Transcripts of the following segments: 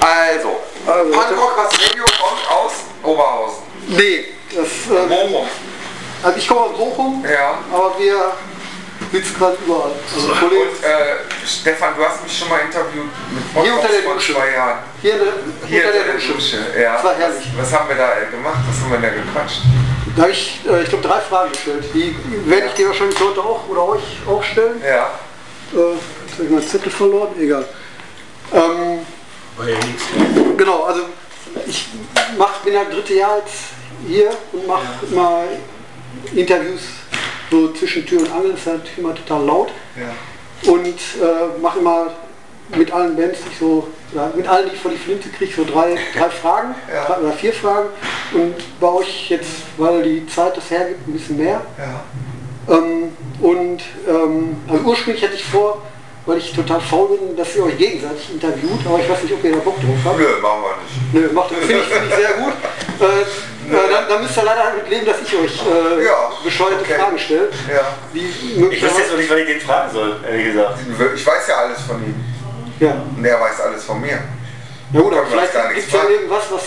Also, Also, bitte. Pankrock Basilio kommt aus Oberhausen. Nee, das, äh, Bochum. also ich komme aus Bochum, Ja. aber wir sitzen gerade überall. Also Kollegen, Und äh, Stefan, du hast mich schon mal interviewt mit Podcast unter der vor Dusche. zwei Jahren. hier, eine, Hier unter in der der Dusche. Dusche. Ja. Das war herrlich. Was, was haben wir da äh, gemacht? Was haben wir da gequatscht? Da habe ich, äh, ich glaube, drei Fragen gestellt. Die werde ich dir wahrscheinlich heute auch oder euch auch stellen. Ja. Äh, jetzt habe ich meinen Zettel verloren, egal. Ähm, War ja nichts. genau, also ich mach, bin ja dritte Jahr jetzt hier und mache immer Interviews so zwischen Tür und Angel, ist halt immer total laut ja. und äh, mache immer mit allen Bands, die ich so, ja, mit allen, die ich vor die Flinte kriege, so drei, drei Fragen Ja. drei oder vier Fragen und bei euch jetzt, weil die Zeit das hergibt, ein bisschen mehr. ja. Ähm, und ähm, also ursprünglich hatte ich vor, weil ich total faul bin, dass ihr euch gegenseitig interviewt, aber ich weiß nicht, ob ihr da Bock drauf habt. Nö, machen wir nicht. Nö, macht das finde ich, find ich sehr gut. Äh, äh, dann, dann müsst ihr leider damit leben, dass ich euch äh, Ja, bescheuerte okay. Fragen stelle. Ja. Die Ich wüsste jetzt noch nicht, was ich den fragen soll, ehrlich gesagt. Ich weiß ja alles von ihm. ja. Und er weiß alles von mir. ja Können gut, aber wir uns vielleicht gar gibt nichts es ja fragen. irgendwas, was,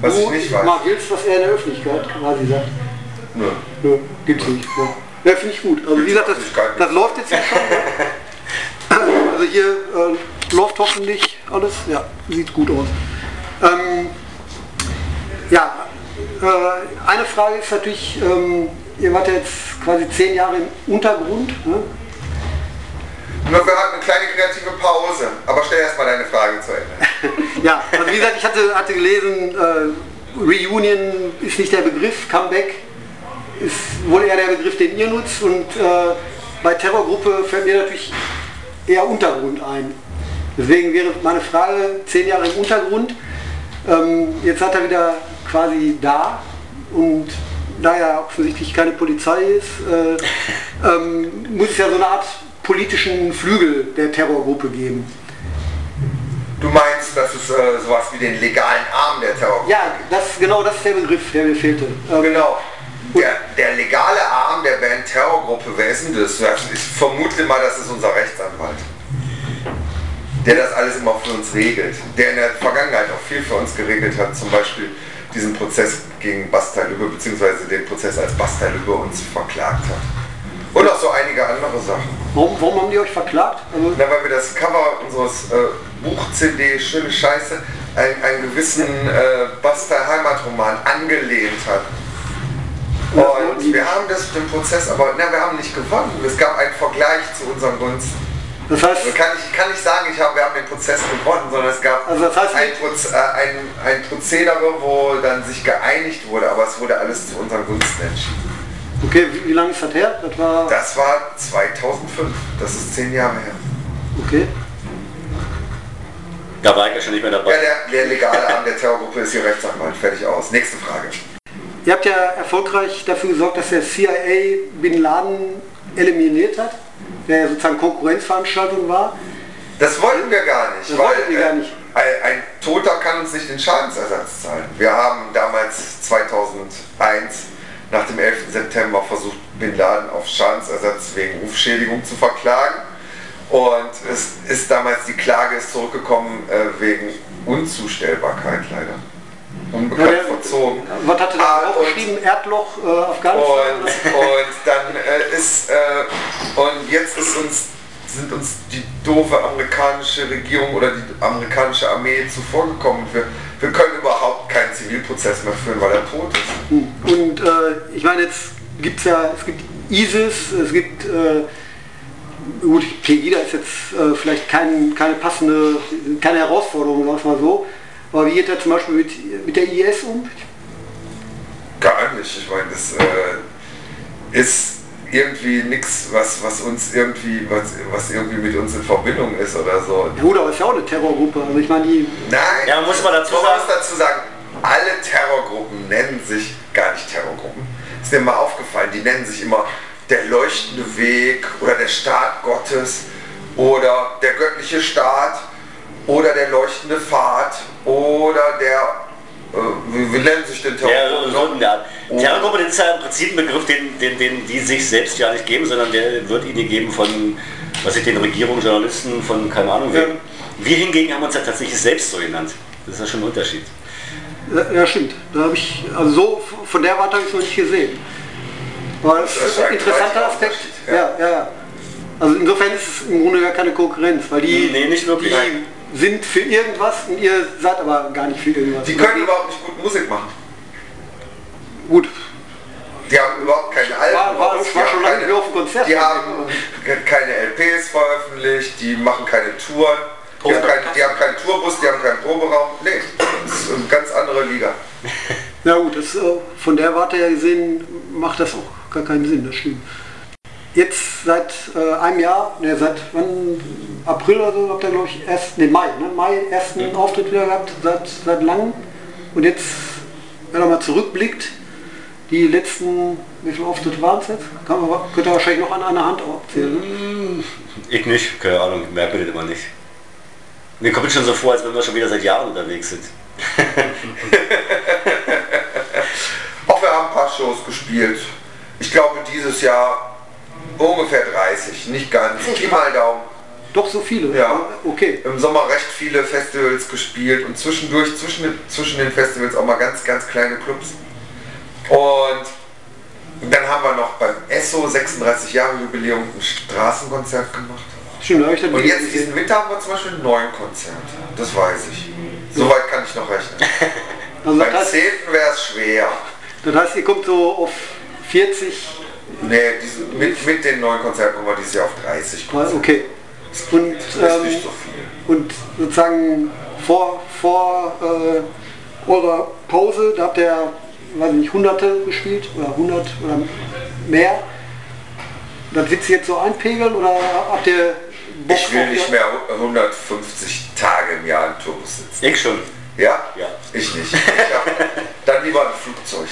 Was du ich nicht weiß. mal willst, was er in der Öffentlichkeit quasi sagt. Nö. Nö, gibt's nicht. Ja, ja finde ich gut. Also wie gesagt, das, das läuft jetzt ja schon. ne? Also hier äh, läuft hoffentlich alles. Ja, sieht gut aus. Ähm, ja, äh, eine Frage ist natürlich, ähm, ihr wart ja jetzt quasi zehn Jahre im Untergrund. Ne? Nur wir hatten eine kleine kreative Pause. Aber stell erst mal deine Frage zu Ende. Ja, also wie gesagt, ich hatte, hatte gelesen, äh, Reunion ist nicht der Begriff, Comeback ist wohl eher der Begriff, den ihr nutzt und äh, bei Terrorgruppe fällt mir natürlich eher Untergrund ein. Deswegen wäre meine Frage, zehn Jahre im Untergrund, ähm, jetzt hat er wieder quasi da und da ja offensichtlich keine Polizei ist, äh, ähm, muss es ja so eine Art politischen Flügel der Terrorgruppe geben. Du meinst, dass es äh, sowas wie den legalen Arm der Terrorgruppe Ja, das, genau das ist der Begriff, der mir fehlte. Ähm, Genau. Der, der legale Arm der Band Terrorgruppe, wer ist denn das? Ich vermute mal, das ist unser Rechtsanwalt. Der das alles immer für uns regelt. Der in der Vergangenheit auch viel für uns geregelt hat. Zum Beispiel diesen Prozess gegen Basta Lübbe, beziehungsweise den Prozess, als Basta Lübbe uns verklagt hat. Und auch so einige andere Sachen. Warum, warum haben die euch verklagt? Also, Na, weil wir das Cover unseres äh, Buch-CD Schöne Scheiße einen, einen gewissen äh, Basta Heimatroman angelehnt hat. Und wir haben das den Prozess, aber na, wir haben nicht gewonnen. Es gab einen Vergleich zu unseren Gunsten. das heißt, Also kann ich kann nicht sagen, ich habe, wir haben den Prozess gewonnen, sondern es gab Also das heißt ein, nicht- Proz, äh, ein, ein Prozedere, wo dann sich geeinigt wurde, aber es wurde alles zu unseren Gunsten entschieden. okay, wie, wie lange ist das her? Das war, Das war 2005, das ist zehn Jahre her. okay. Da war ich ja schon nicht mehr Ja, dabei. der, der legale Arm der Terrorgruppe ist hier Rechtsanwalt, fertig aus. Nächste Frage. Ihr habt ja erfolgreich dafür gesorgt, dass der CIA Bin Laden eliminiert hat, der ja sozusagen Konkurrenzveranstaltung war. Das wollten wir gar nicht. Das weil, wollten wir äh, gar nicht. Ein, ein Toter kann uns nicht den Schadensersatz zahlen. Wir haben damals 2001 nach dem 11. September versucht, Bin Laden auf Schadensersatz wegen Rufschädigung zu verklagen. Und es ist damals die Klage ist zurückgekommen äh, wegen Unzustellbarkeit leider. Unbekannt der- verzogen. Was hatte Ah, da auch und- Oh, geschrieben? Erdloch, äh, Afghanistan? und, und dann äh, ist äh, und jetzt ist uns sind uns die doofe amerikanische Regierung oder die amerikanische Armee zuvorgekommen. Wir, wir können überhaupt keinen Zivilprozess mehr führen, weil er tot ist. Und äh, ich meine, jetzt gibt es ja, es gibt ISIS, es gibt, äh, gut, Pegida ist jetzt äh, vielleicht kein, keine passende, keine Herausforderung, sagen wir mal so. Aber wie geht er zum Beispiel mit, mit der IS um? Gar nicht. Ich meine, das äh, ist irgendwie nichts, was, was uns irgendwie, was, was irgendwie mit uns in Verbindung ist oder so. Ja gut, aber ist ja auch eine Terrorgruppe. Also ich meine, die, Nein, Ja, man muss mal dazu man sagen- muss dazu sagen, alle Terrorgruppen nennen sich gar nicht Terrorgruppen. Ist mir mal aufgefallen, die nennen sich immer der leuchtende Weg oder der Staat Gottes oder der göttliche Staat oder der leuchtende Pfad oder der, äh, wie, wie nennen sich denn Ja, Terrorgruppen? so so in der Art. Terrorgruppe das ist ja im Prinzip ein Begriff, den, den, den die sich selbst ja nicht geben, sondern der wird ihnen gegeben von, was ich den Regierungen, Journalisten, von keine Ahnung wem. Wir hingegen haben uns ja tatsächlich selbst so genannt. Das ist ja schon ein Unterschied. Ja, ja stimmt. Da habe ich, also so von der Warte habe ich es noch nicht gesehen. Aber das Das ist ist ein ein interessanter deutlicher Aspekt. Unterschied, Ja. ja. Ja, ja. Also insofern ist es im Grunde gar keine Konkurrenz, weil die, Nee, nicht wirklich. Nein. die sind für irgendwas und ihr seid aber gar nicht für irgendwas. Die können überhaupt nicht gut Musik machen. Gut, Die haben überhaupt keine Alben war- war- raus, war die schon haben lange keine- nicht mehr auf dem Konzert. Die haben ke- keine LPs veröffentlicht, die machen keine Touren, die haben, kein, die haben keinen Tourbus, die haben keinen Proberaum. Nee, das ist eine ganz andere Liga. Na gut, das, äh, von der Warte her gesehen macht das auch gar keinen Sinn, das stimmt. Jetzt seit äh, einem Jahr, ne, seit wann, April oder so, habt ihr glaube ich erst, ne Mai, ne, Mai ersten Auftritt wieder gehabt, seit, seit langem. Und jetzt, wenn man mal zurückblickt, die letzten, wie viele Auftritte waren es jetzt? Kann man, könnt ihr wahrscheinlich noch an einer Hand aufzählen. Ne? Hm. Ich nicht, keine Ahnung, ich merke mir das immer nicht. Mir kommt es schon so vor, als wenn wir schon wieder seit Jahren unterwegs sind. Auch wir haben ein paar Shows gespielt. Ich glaube dieses Jahr ungefähr 30, nicht ganz. Pi mal Daumen. Doch so viele. Ja. Okay. Im Sommer recht viele Festivals gespielt und zwischendurch, zwischen, den- zwischen den Festivals auch mal ganz, ganz kleine Clubs. Und dann haben wir noch beim ESSO 36 Jahre Jubiläum ein Straßenkonzert gemacht. Stimmt, da habe ich dann Und jetzt diesen Winter haben wir zum Beispiel einen neuen Konzert. Das weiß ich. Soweit kann ich noch rechnen. also, Beim das, heißt, 10. wäre es schwer. das heißt, ihr kommt so auf 40 Nee, diesen, mit, mit den neuen Konzerten kommen wir dieses Jahr auf 30 Mal, Konzerte. okay. Und, Das ist nicht ähm, so viel. und sozusagen vor, vor äh, eurer Pause, da habt ihr, weiß nicht, Hunderte gespielt oder 100 oder mehr. Dann sitzt ihr jetzt so einpegeln oder habt ihr Bock Ich will auf- nicht mehr 150 Tage im Jahr im Tourbus sitzen. Ich schon. Ja? Ja. Ich nicht. Ich hab, dann lieber ein Flugzeug.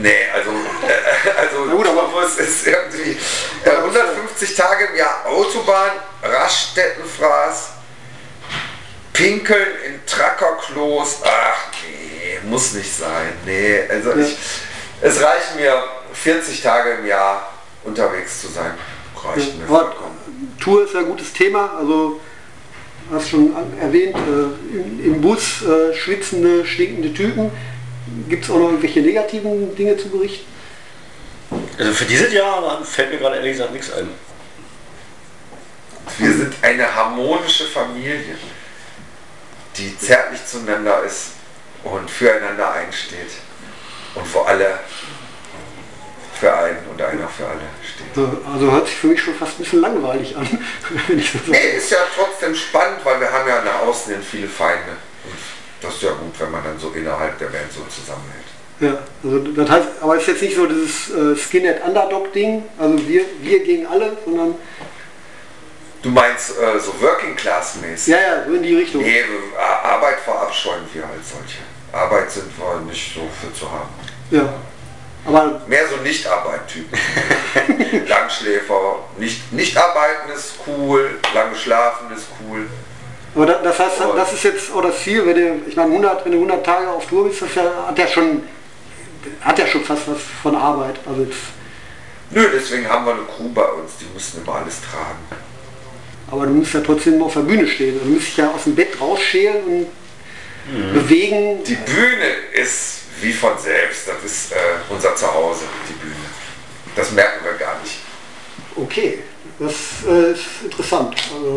Nee, also, äh, also gut, aber- Tourbus ist irgendwie äh, 150 Tage im Jahr Autobahn, Raststättenfraß, Pinkeln in Trackerklos. Ach nee, muss nicht sein. Nee, also ich, es reichen mir 40 Tage im Jahr unterwegs zu sein. Reicht mir Aber vollkommen. Tour ist ja ein gutes Thema, also hast schon an- erwähnt, äh, im, im Bus äh, schwitzende, stinkende Typen. Gibt es auch noch irgendwelche negativen Dinge zu berichten? Also für dieses Jahr fällt mir gerade ehrlich gesagt nichts ein. Wir sind eine harmonische Familie, die zärtlich zueinander ist und füreinander einsteht und wo alle für einen und einer für alle steht. So, Also hört sich für mich schon fast ein bisschen langweilig an, wenn ich so sage. Nee, ist ja trotzdem spannend, weil wir haben ja nach außen hin viele Feinde. Und das ist ja gut, wenn man dann so innerhalb der Band so zusammenhält. Ja, also das heißt, aber es ist jetzt nicht so dieses äh, Skinhead Underdog Ding, also wir, wir gegen alle, sondern Du meinst äh, so Working Class mäßig? ja, ja, so in die Richtung. Nee, wir- Ar- Arbeit verabscheuen wir als solche. Arbeit sind wir nicht so für zu haben. Ja. Aber Mehr so Nicht-Arbeit-Typen. Langschläfer. Nicht, nicht arbeiten ist cool, lang schlafen ist cool. Aber da, das heißt, das ist jetzt auch das Ziel, wenn du, ich meine, 100, wenn du 100 Tage auf Tour bist, das ist ja, hat ja schon, hat ja schon fast was von Arbeit. Also jetzt, Nö, deswegen haben wir eine Crew bei uns, die müssen immer alles tragen. aber du musst ja trotzdem auf der Bühne stehen, also du musst dich ja aus dem Bett rausschälen und bewegen. Die Bühne ist wie von selbst, das ist äh, unser Zuhause, die Bühne. Das merken wir gar nicht. Okay, das äh, ist interessant. Also,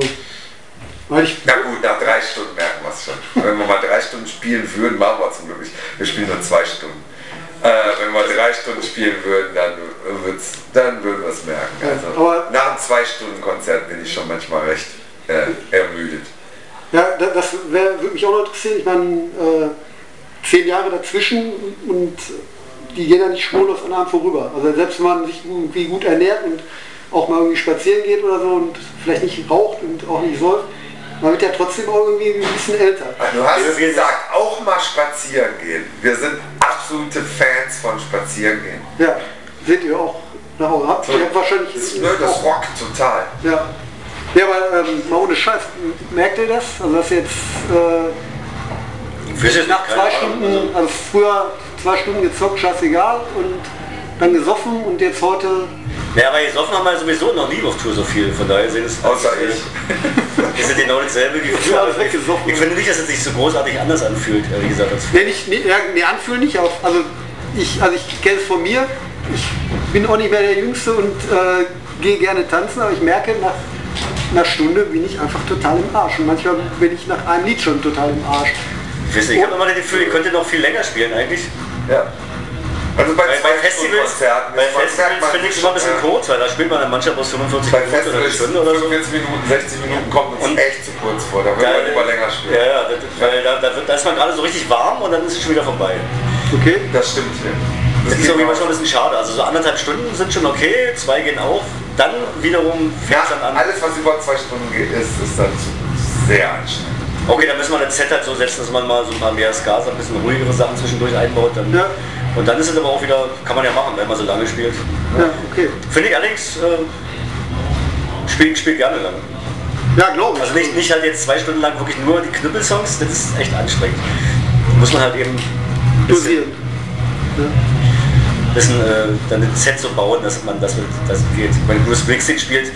weil ich Na gut, nach drei Stunden merken wir es schon. Wenn wir mal drei Stunden spielen würden, machen wir zum Glück nicht. Wir spielen nur zwei Stunden. Äh, wenn wir drei Stunden spielen würden, dann, wird's, dann würden wir es merken. Also, aber- nach einem Zwei-Stunden-Konzert bin ich schon manchmal recht äh, ermüdet. Ja, da- das wär, würde mich auch noch interessieren. Ich meine, äh, zehn Jahre dazwischen und die gehen ja nicht spurlos an einem vorüber. Also selbst wenn man sich irgendwie gut ernährt und auch mal irgendwie spazieren geht oder so und vielleicht nicht raucht und auch nicht säuft, man wird ja trotzdem auch irgendwie ein bisschen älter. Du hast Wir es gehen- gesagt, auch mal spazieren gehen. Wir sind absolute Fans von spazieren gehen. Ja, seht ihr auch. Na, habt ihr wahrscheinlich Das, ne, das rockt total. Ja. Ja, aber ähm, mal ohne Scheiß, merkt ihr das? Also dass jetzt äh, Für sich Nach zwei Stunden, also früher zwei Stunden gezockt, scheißegal und dann gesoffen und jetzt heute Naja, aber gesoffen haben wir sowieso noch nie auf Tour so viel, von daher sehen es Außer äh, ich. ist es genau dasselbe Gefühl. Ja, aber Ich, weggesoffen. ich finde nicht, dass es sich so großartig anders anfühlt, ehrlich gesagt. Als Nee, nicht, nee, ja, nee, anfühlen nicht auf. Also ich, also ich kenne es von mir. Ich bin auch nicht mehr der Jüngste und äh, gehe gerne tanzen, aber ich merke, nach einer Stunde bin ich einfach total im Arsch. Und manchmal bin ich nach einem Lied schon total im Arsch. ich weiß nicht, ich habe immer das Gefühl, ich könnte noch viel länger spielen eigentlich. Ja. Also bei, Bei, bei zwei Festivals, Konzerten bei Festivals finde ich es immer ein bisschen kurz, weil da spielt man dann manchmal bloß 45 Bei Minuten oder eine Festivals Stunde oder so. 45 Minuten, 60 Minuten kommt uns Und- echt zu kurz vor. Da will man lieber länger spielen. Ja, ja, das, weil da, da, wird, da ist man gerade so richtig warm und dann ist es schon wieder vorbei. Okay? Das stimmt hier. Das ist irgendwie manchmal ein bisschen schade. Also so anderthalb Stunden sind schon okay, zwei gehen auf, dann wiederum fängt ja, also es dann an. alles was über zwei Stunden geht, ist, ist dann zu- sehr anstrengend. Okay, dann müssen wir das Set halt so setzen, dass man mal so ein paar mehr Skas, ein bisschen ruhigere Sachen zwischendurch einbaut. Dann, Ja. Und dann ist es aber auch wieder, kann man ja machen, wenn man so lange spielt. Ja, okay. Finde ich allerdings, äh, spielt spiel gerne lang. Ja, glaube ich. Also nicht, nicht halt jetzt zwei Stunden lang wirklich nur die Knüppelsongs, das ist echt anstrengend. Muss man halt eben ein bisschen, dosieren. bisschen äh, dann ein Set so bauen, dass man das mit das geht. Wenn Bruce Springsteen spielt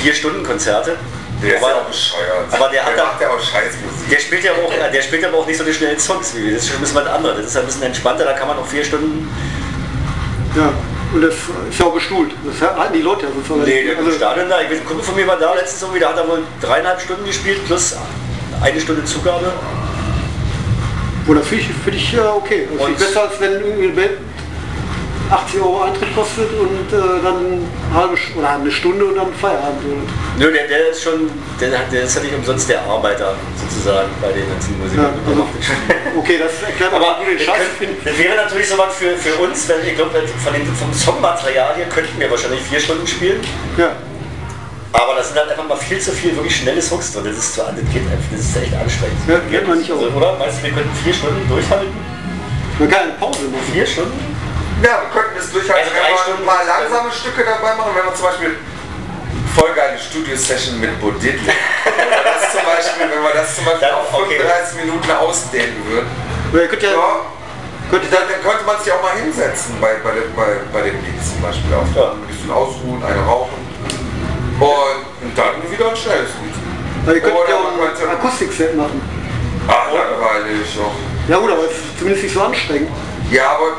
vier Stunden Konzerte, Der ist ja auch aber bescheuert. aber der hat da- macht ja auch Scheißmusik. der spielt ja auch, äh, der spielt aber auch nicht so die schnellen Songs wie wir. Das ist schon ein bisschen was anderes. Das ist ein bisschen entspannter, da kann man auch vier Stunden Ja. Und das ist ja auch gestuhlt. Das hatten die Leute ja so vorher Nee, nicht. der also, Stadion da, ich weiß, ein Kumpel von mir war da letztens irgendwie, da hat er wohl dreieinhalb Stunden gespielt plus eine Stunde Zugabe. Oder finde ich, find ich äh, okay. Das Und- ist besser, als wenn irgendwie eine Band 80 Euro Eintritt kostet und äh, dann eine halbe Sch- oder eine Stunde und dann Feierabend. Und, Nö, der, der ist schon, der, hat- der ist ja nicht umsonst der Arbeiter sozusagen bei den ganzen ja, Musikern. also, okay, das erklärt aber, Aber wie du wir den Scheiß können, findest. das wäre natürlich sowas für, für uns, wenn ich glaube, von dem vom Songmaterial hier könnten wir wahrscheinlich vier Stunden spielen. Ja. Aber das sind halt einfach mal viel zu viel wirklich schnelle Songs drin. Das ist zu das geht einfach, das ist echt anstrengend. Ja, kennt man nicht auch. Also, oder? Meinst du, wir könnten vier Stunden durchhalten? Man kann eine Pause machen. Vier Stunden? Ja, wir könnten es durchaus Also drei wenn wir Stunden- mal langsame Stücke dabei machen, wenn wir zum Beispiel voll geile Studio-Session mit Bodidli. wenn, wir das zum Beispiel- wenn wir das zum Beispiel Dann- auf okay. 35 Minuten ausdehnen würden, Oder ihr könnt ja, ja, könnt ihr dann, dann könnte man sich auch mal hinsetzen bei, bei, dem- bei, bei dem Lied zum Beispiel. Auch Ja. ein bisschen ausruhen, eine rauchen und, und dann wieder ein schnelles Lied. dann, ihr könnt Oder ja man auch könnte- ein Akustikset machen. Ach, Ah, langweilig. Auch. Ja gut, aber es ist zumindest nicht so anstrengend. Ja, aber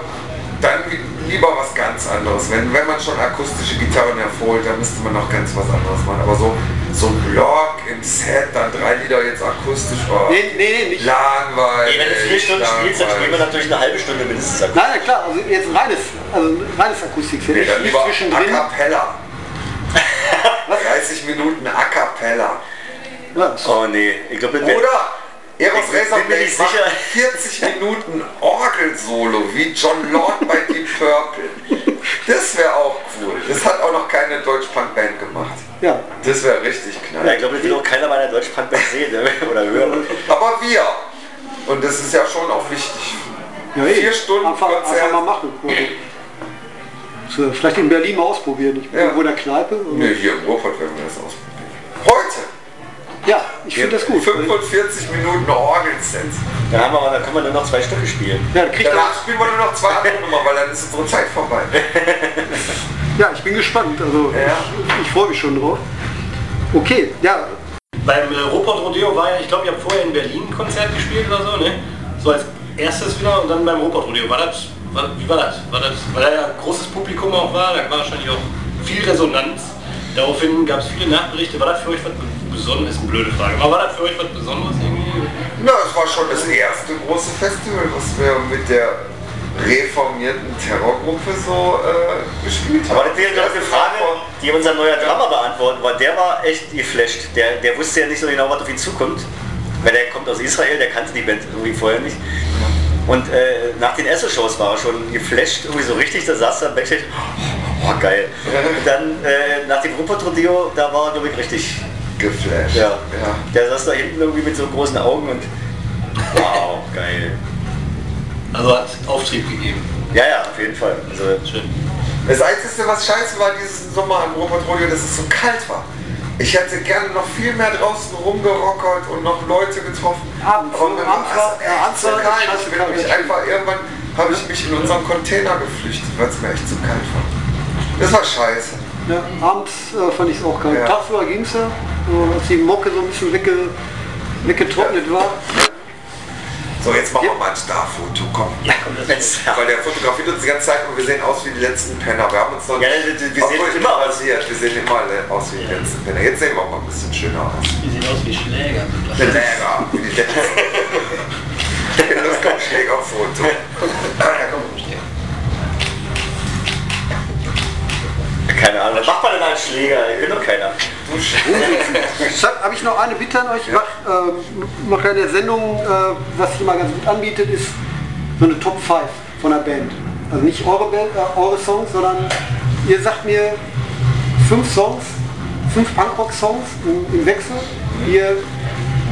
dann lieber was ganz anderes. Wenn, wenn man schon akustische Gitarren hervorholt, dann müsste man noch ganz was anderes machen. Aber so, so ein Block im Set, dann drei Lieder jetzt akustisch, oh, Nee, nee, nee, nicht. langweilig. Ey, wenn du Äh, vier Stunden spielst, dann spielen wir langweilig. natürlich eine halbe Stunde mindestens. Nein, ja, klar, also jetzt ein reines, also ein reines Akustikset. Nee, dann nicht lieber A zwischendrin. Cappella. 30 Minuten A Cappella. Ja, ist- Oh nee, ich glaube, wir- Oder Eros Ich bin Razorback mir nicht macht sicher. 40 Minuten Orgelsolo wie John Lord bei Deep Purple. Das wäre auch cool. Das hat auch noch keine Deutsch-Punk-Band gemacht. ja. Das wäre richtig Ja, knall. ich glaube, das will auch keiner meiner Deutschpunk-Bands sehen ne? oder hören. Aber wir, und das ist ja schon auch wichtig, Ja, eh. Vier Stunden einfach, Konzert. einfach mal machen. So, vielleicht in Berlin mal ausprobieren. Ich bin Ja. irgendwo in der Kneipe. und- ne, hier im Ruhrpott werden wir das ausprobieren. Heute! Ja, ich finde das gut. Ja, 45 Minuten Orgelset. Da, haben wir, aber- da können wir nur noch zwei Stücke spielen. dann kriegt Danach er, spielen wir nur noch zwei andere Nummern, weil dann ist unsere Zeit vorbei. ja, ich bin gespannt. Also Ja. ich, ich freue mich schon drauf. Okay, ja, Beim äh, Ruhrpott Rodeo war ja, ich glaube, ihr habt vorher in Berlin ein Konzert gespielt oder so, ne? So als erstes wieder und dann beim Ruhrpott Rodeo. War das, war, wie war das? war das? Weil da ja großes Publikum auch war, da war wahrscheinlich auch viel Resonanz. Daraufhin gab es viele Nachberichte. War das für euch was Besonderes? Ist eine blöde Frage. Aber war das für euch was Besonderes irgendwie? Na, es war schon das erste große Festival, was wir mit der reformierten Terrorgruppe so äh, gespielt haben. Aber das wäre, glaube ich, eine Frage, die unser neuer Drama beantworten weil Der war echt geflasht. Der, der wusste ja nicht so genau, was auf ihn zukommt. Weil der kommt aus Israel, der kannte die Band irgendwie vorher nicht. Und äh, nach den Esso-Shows war er schon geflasht, irgendwie so richtig, da saß er im Backstage, oh geil. Und dann äh, nach dem Ruppert-Rodeo, da war er, glaube ich, richtig geflasht. Ja. ja. Der saß da hinten irgendwie mit so großen Augen und. Wow, geil. Also hat Auftrieb gegeben. Ja, ja, auf jeden Fall. Also, Schön. Das Einzige, was scheiße war diesen Sommer am Robert Rodeo, dass es so kalt war. Ich hätte gerne noch viel mehr draußen rumgerockert und noch Leute getroffen. Abends, Aber ne? mir Abends war- es echt abends so war es kalt. scheiße Ich bin kalt, mich das stimmt. einfach irgendwann habe ich mich in unseren Container geflüchtet, weil es mir echt zu kalt war. Das war scheiße. Ja, abends äh, fand ich es auch geil. Ja. Tagsüber ging es ja, so, als die Mocke so ein bisschen wegge, weggetrocknet war. So, jetzt machen wir mal ein Starfoto, komm. Ja, komm, das ist ja. Weil der fotografiert uns die ganze Zeit und wir sehen aus wie die letzten Penner. Wir haben uns noch Ja, wir- wir sehen Obwohl, immer aus. passiert. Wir sehen immer alle aus wie die letzten Penner. Jetzt sehen wir mal ein bisschen schöner aus. Die sehen aus wie Schläger. Der Lehrer. wie die letzten. Das kommt schräg auf Foto. Keine Ahnung. Was macht man denn als Schläger? Ich bin doch keiner. Habe ich noch eine Bitte an euch? Mach, äh, mach eine Sendung, äh, was sich mal ganz gut anbietet, ist so eine Top 5 von der Band. Also nicht eure, Band, äh, eure Songs, sondern ihr sagt mir fünf Songs, fünf Punkrock-Songs im, im Wechsel, die, ihr-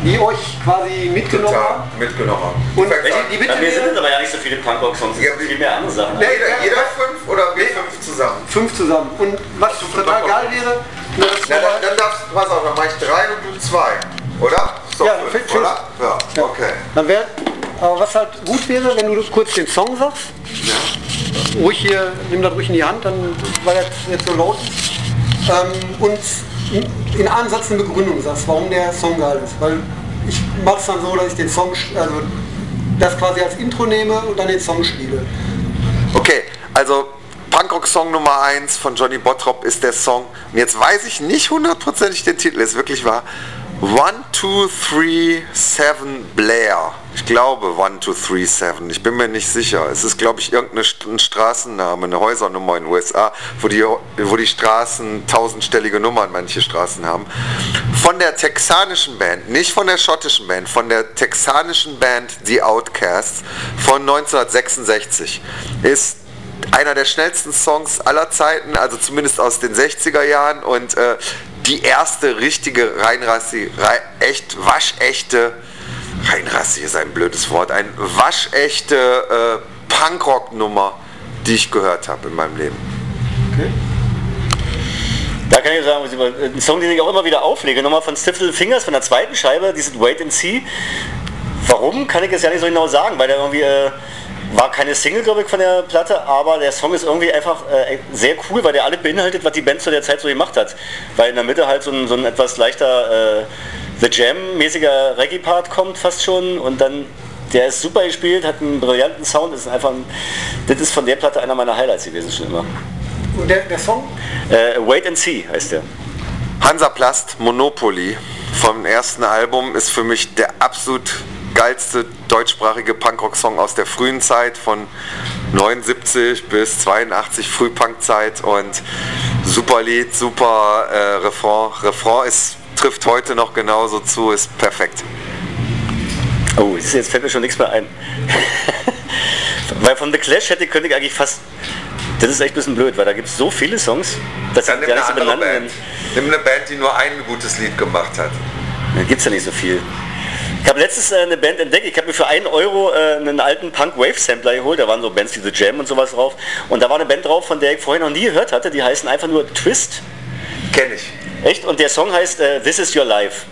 die euch quasi mitgenommen Total haben. mitgenommen. Und Perfekt. die, die Bitte Bei mir sind wäre jetzt aber ja nicht so viele Punkrock-Songs, es Ja, sind wie- viel mehr andere Sachen. Nee. jeder, jeder fünf oder wir fünf zusammen? fünf zusammen. Und was total geil wäre, Na, dann, dann darfst du, pass auf, dann mach ich drei und du zwei. Oder? So, Ja, fünf, fünf, oder? Ja, okay. Dann wäre, aber was halt gut wäre, wenn du kurz den Song sagst. Ruhig hier, nimm das ruhig in die Hand, dann weil das jetzt so laut ist. Ähm, und in- in einem Satz eine Begründung sagst, warum der Song geil ist. Weil ich mach's dann so, dass ich den Song, sch- also das quasi als Intro nehme und dann den Song spiele. Okay, also Punkrock-Song Nummer 1 von Johnny Bottrop ist der Song, und jetzt weiß ich nicht hundertprozentig den Titel, es wirklich war 1237 Blair. Ich glaube 1237, ich bin mir nicht sicher. Es ist, glaube ich, irgendein St- ein Straßenname, eine Häusernummer in den USA, wo die, wo die Straßen tausendstellige Nummern manche Straßen haben. Von der texanischen Band, nicht von der schottischen Band, von der texanischen Band The Outcasts von 1966 ist einer der schnellsten Songs aller Zeiten, also zumindest aus den 60er Jahren und äh, die erste richtige reinrassi, rei, echt waschechte, reinrassi ist ein blödes Wort, ein waschechte äh, Punkrock-Nummer, die ich gehört habe in meinem Leben. Da kann ich sagen, ein Song, den ich auch immer wieder auflege, nochmal von Stiff Little Fingers, von der zweiten Scheibe, diesen Wait and See. Warum, kann ich jetzt ja nicht so genau sagen, weil der irgendwie, äh, war keine Single, glaube ich, von der Platte, aber der Song ist irgendwie einfach äh, sehr cool, weil der alles beinhaltet, was die Band zu der Zeit so gemacht hat. Weil in der Mitte halt so ein, so ein etwas leichter äh, The Jam-mäßiger Reggae-Part kommt fast schon und dann, der ist super gespielt, hat einen brillanten Sound, ist einfach, ein, das ist von der Platte einer meiner Highlights gewesen schon immer. Und der, der Song? Äh, Wait and See heißt der. Hansaplast Monopoly vom ersten Album ist für mich der absolut geilste deutschsprachige Punkrock-Song aus der frühen Zeit von 79 bis 82 Frühpunk-Zeit und super Lied, super äh, Refrain. Refrain ist, trifft heute noch genauso zu, ist perfekt. Oh, siehst du, jetzt fällt mir schon nichts mehr ein. weil von The Clash hätte könnte ich eigentlich fast. Das ist echt ein bisschen blöd, weil da gibt es so viele Songs, dass ich gar nicht so benannt werden. Nimm eine Band, die nur ein gutes Lied gemacht hat. Da gibt es ja nicht so viel. Ich habe letztens äh, eine Band entdeckt, ich habe mir für einen Euro äh, einen alten Punk-Wave-Sampler geholt, da waren so Bands wie The Jam und sowas drauf. Und da war eine Band drauf, von der ich vorher noch nie gehört hatte, die heißen einfach nur Twist. Kenn ich. Echt? Und der Song heißt äh, This is Your Life.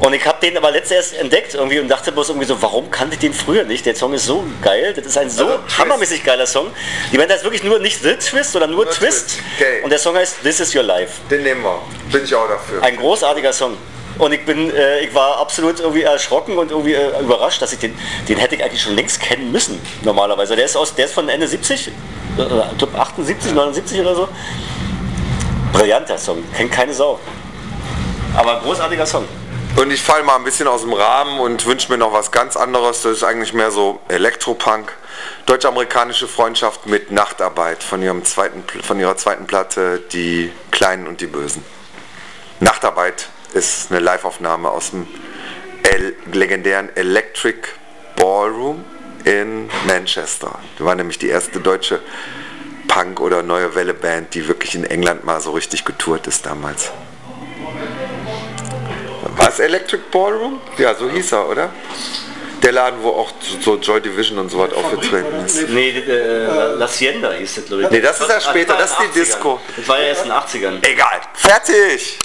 Und ich habe den aber letztens erst entdeckt irgendwie und dachte bloß irgendwie so, warum kannte ich den früher nicht? Der Song ist so geil, das ist ein so Also, Twist. hammermäßig geiler Song. Die Band heißt wirklich nur nicht The Twist, sondern nur, Nur Twist. Twist. Okay. Und der Song heißt This is Your Life. Den nehmen wir. Bin ich auch dafür. Ein großartiger Song. Und ich bin, äh, ich war absolut irgendwie erschrocken und irgendwie äh, überrascht, dass ich den, den hätte ich eigentlich schon längst kennen müssen, normalerweise. Der ist aus, der ist von Ende 70, äh, ich glaub 78, 79 oder so. Brillanter Song, kennt keine Sau. Aber großartiger Song. Und ich falle mal ein bisschen aus dem Rahmen und wünsche mir noch was ganz anderes. Das ist eigentlich mehr so Elektropunk. Deutsch-amerikanische Freundschaft mit Nachtarbeit von, ihrem zweiten, von ihrer zweiten Platte Die Kleinen und die Bösen. Nachtarbeit ist eine Liveaufnahme aus dem el legendären Electric Ballroom in Manchester. Die war nämlich die erste deutsche Punk- oder Neue Welle-Band, die wirklich in England mal so richtig getourt ist damals. Was Electric Ballroom? Ja, so hieß er, oder? Der Laden, wo auch so- so Joy Division und so was aufgetreten ist. Nee, äh, La Hacienda hieß das, glaube ich. Nee, das ist ja später, das ist die Disco. Das war ja erst in den 80ern. Egal. Fertig!